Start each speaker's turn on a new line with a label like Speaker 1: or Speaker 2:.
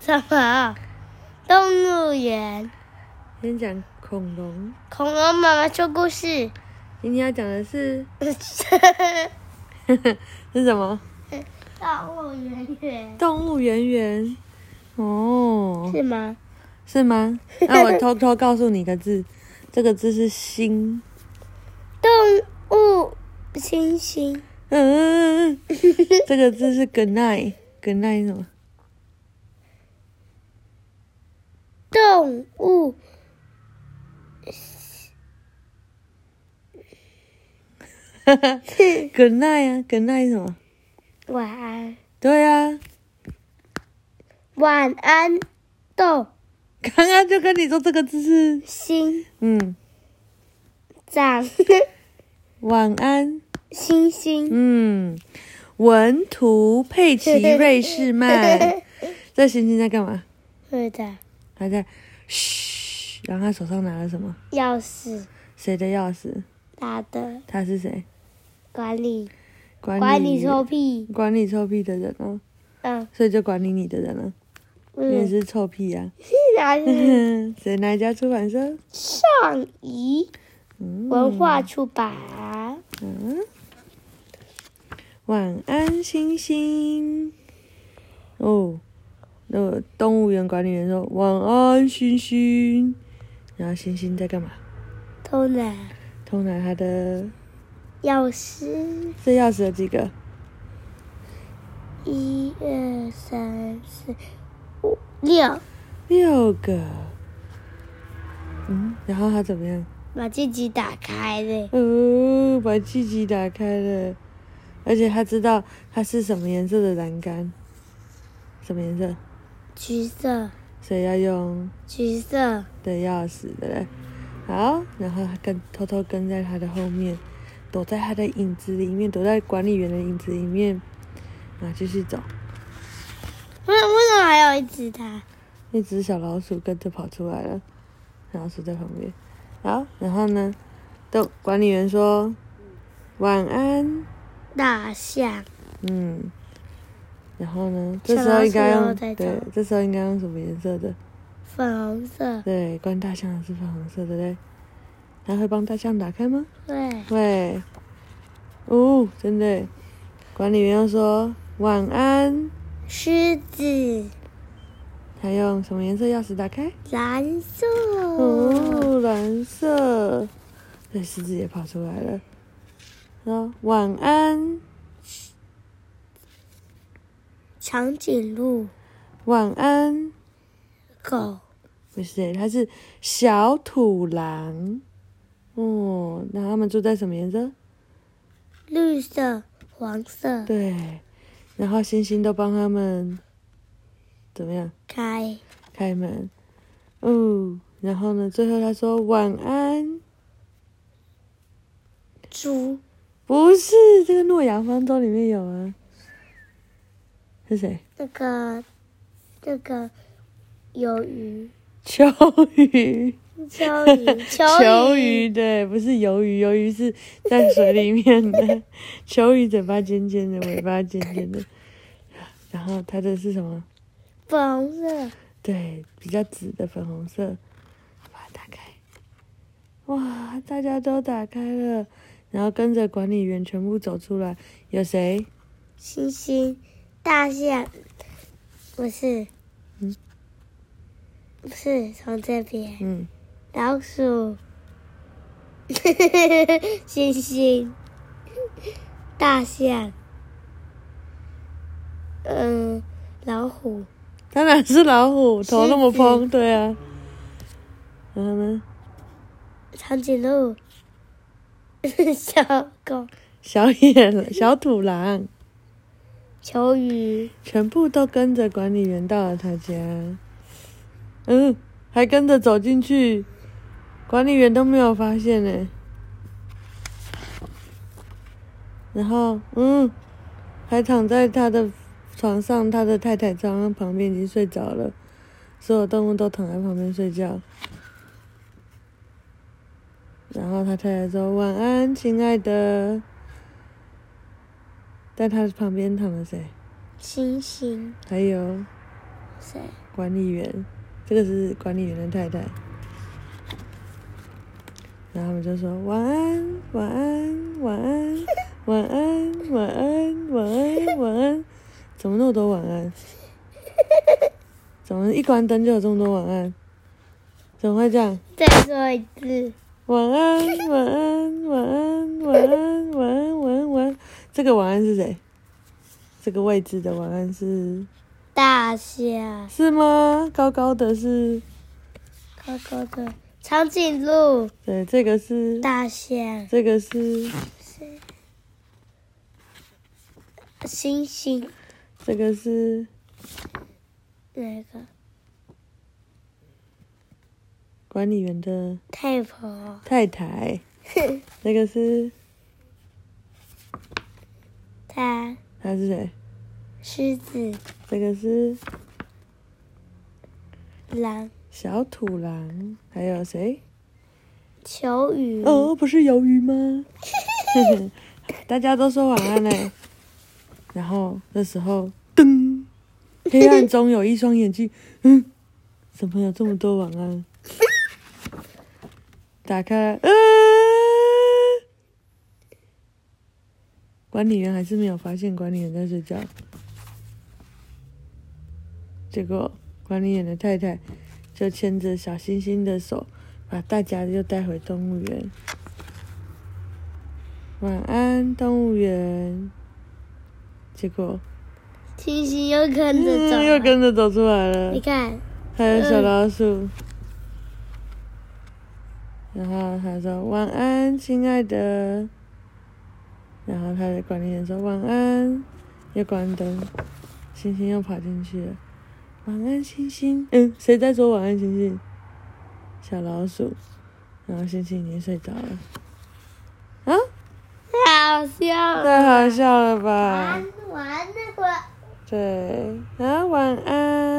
Speaker 1: 什么？动物园？
Speaker 2: 先讲恐龙。
Speaker 1: 恐龙妈妈说故事。
Speaker 2: 今天要讲的是 是什么？
Speaker 1: 动物园园
Speaker 2: 动物园园。哦，
Speaker 1: 是吗？
Speaker 2: 是吗？那我偷偷告诉你一个字，这个字是“星
Speaker 1: 动物星星。”。
Speaker 2: 嗯，这个字是 “good night”。good night 是什么？
Speaker 1: 动 物
Speaker 2: 哈哈 good night 啊，good night 是什么？
Speaker 1: 晚安，
Speaker 2: 对啊，
Speaker 1: 晚安，动
Speaker 2: 刚刚就跟你说这个字是
Speaker 1: 星
Speaker 2: 嗯，
Speaker 1: 长
Speaker 2: 晚安。
Speaker 1: 星星。
Speaker 2: 嗯，文图佩奇瑞士曼，这行星在干嘛？
Speaker 1: 对的，
Speaker 2: 还在嘘。然后他手上拿了什么？
Speaker 1: 钥匙
Speaker 2: 谁的钥匙？
Speaker 1: 打的
Speaker 2: 他是谁？
Speaker 1: 管理
Speaker 2: 管
Speaker 1: 管理
Speaker 2: 你的
Speaker 1: 臭屁。
Speaker 2: 管理臭屁的人啊，
Speaker 1: 嗯
Speaker 2: 所以就管理你的人啊，你也
Speaker 1: 嗯，
Speaker 2: 是臭屁啊。
Speaker 1: 哪里？
Speaker 2: 谁哪一家出版社？
Speaker 1: 上仪
Speaker 2: 嗯
Speaker 1: 文化出版。
Speaker 2: 嗯，晚安，星星。哦，那个动物园管理员说：“晚安，星星。”然后星星在干嘛？
Speaker 1: 偷拿
Speaker 2: 偷拿他的
Speaker 1: 钥匙，
Speaker 2: 这钥匙有几个？
Speaker 1: 一二三四五六，
Speaker 2: 六个。嗯，然后他怎么样？
Speaker 1: 把自己打开了。
Speaker 2: 哦，把自己打开了，而且他知道它是什么颜色的栏杆，什么颜色，
Speaker 1: 橘色，
Speaker 2: 所以要用
Speaker 1: 橘色，
Speaker 2: 的钥匙的嘞。好，然后他跟偷偷跟在他的后面，躲在他的影子里面，躲在管理员的影子里面，然后继续走。
Speaker 1: 为为什么还有一只它？
Speaker 2: 一只小老鼠跟着跑出来了，老鼠在旁边。好，然后呢，都管理员
Speaker 1: 嗯
Speaker 2: 说晚安，
Speaker 1: 大象，
Speaker 2: 嗯，然后呢，这时
Speaker 1: 小老
Speaker 2: 候
Speaker 1: 鼠
Speaker 2: 应该
Speaker 1: 又
Speaker 2: 用
Speaker 1: 在
Speaker 2: 对
Speaker 1: 走，
Speaker 2: 这时候应该用什么颜色的？
Speaker 1: 粉红色，
Speaker 2: 对，关大象的是粉红色的嘞。他会帮大象打开吗？
Speaker 1: 对，
Speaker 2: 喂，哦，真的耶，管理员又说晚安。
Speaker 1: 狮子，
Speaker 2: 他用什么颜色钥匙打开？
Speaker 1: 蓝色，
Speaker 2: 哦，蓝色。对，狮子也跑出来了。说晚安，
Speaker 1: 长颈鹿，
Speaker 2: 晚安。
Speaker 1: 狗，
Speaker 2: 不是耶，它是小土狼。哦，那它们住在什么颜色？
Speaker 1: 绿色，黄色，
Speaker 2: 对，然后星星都帮它们怎么样
Speaker 1: 开，
Speaker 2: 开门？哦，然后呢？最后他说晚安。
Speaker 1: 猪，
Speaker 2: 不是，这个《诺亚方舟》里面有啊。是谁？
Speaker 1: 那个，那个，鱿鱼，
Speaker 2: 秋雨，
Speaker 1: 秋鱼，
Speaker 2: 秋
Speaker 1: 秋
Speaker 2: 雨，对，不是鱿鱼，鱿鱼是在水里面的。秋雨嘴巴尖尖的，尾巴尖尖的，然后它的是什么？
Speaker 1: 粉红色，
Speaker 2: 对，比较紫的粉红色，把它打开。哇，大家都打开了，然后跟着管理员全部走出来，有谁？
Speaker 1: 星星，大象，不是，
Speaker 2: 嗯
Speaker 1: 不是从这边。
Speaker 2: 嗯，
Speaker 1: 老鼠， 星星，大象，嗯，老虎，
Speaker 2: 当然是老虎，头那么
Speaker 1: 狮子
Speaker 2: 蓬，对啊。然后呢，
Speaker 1: 长颈鹿， 小狗，
Speaker 2: 小野狼小土狼，
Speaker 1: 球鱼，
Speaker 2: 全部都跟着管理员到了他家。嗯，还跟着走进去，管理员都没有发现呢、然后，嗯，还躺在他的床上，他的太太在他旁边已经睡着了，所有动物都躺在旁边睡觉。然后他太太说：“晚安，亲爱的。”在他旁边躺了谁？
Speaker 1: 星星，
Speaker 2: 还有
Speaker 1: 谁？
Speaker 2: 管理员，这个是管理员的太太。然后他们就说晚安，晚安，晚安，晚安，晚安，晚安，晚安。怎么那么多晚安？怎么一关灯就有这么多晚安？怎么会这样？
Speaker 1: 再说一次。
Speaker 2: 晚安，晚安，晚安，晚安，晚安，晚安，晚安。这个晚安是谁？这个位置的晚安是
Speaker 1: 大象，
Speaker 2: 是吗？高高的是
Speaker 1: 高高的长颈鹿，
Speaker 2: 对，这个是
Speaker 1: 大象，
Speaker 2: 这个是
Speaker 1: 谁？星星，
Speaker 2: 这个是
Speaker 1: 那个
Speaker 2: 管理员的
Speaker 1: 太 婆，
Speaker 2: 太太，这个是
Speaker 1: 它
Speaker 2: 他是谁？
Speaker 1: 狮子，
Speaker 2: 这个是
Speaker 1: 狼，
Speaker 2: 小土狼，还有谁？
Speaker 1: 球鱼，
Speaker 2: 哦，不是鱿鱼吗？大家都说晚安嘞、然后那时候，噔，黑暗中有一双眼睛，嗯，怎么有这么多晚安？打开，呃，管理员还是没有发现管理员在睡觉。结果，管理员的太太就牵着小星星的手，把大家又带回动物园。晚安，动物园。结果，
Speaker 1: 星星又跟着走了，
Speaker 2: 嗯又跟着走出来了
Speaker 1: 你。看，
Speaker 2: 还有小老鼠。
Speaker 1: 呃
Speaker 2: 然后他说：“晚安，亲爱的。”然后他的管理员说：“晚安。”又关灯，星星又跑进去了。晚安，星星。嗯，谁在说晚安，星星？小老鼠。然后星星已经睡着了。啊，
Speaker 1: 太好笑了，
Speaker 2: 太好笑了吧？
Speaker 1: 玩玩那个。
Speaker 2: 对，啊，晚安。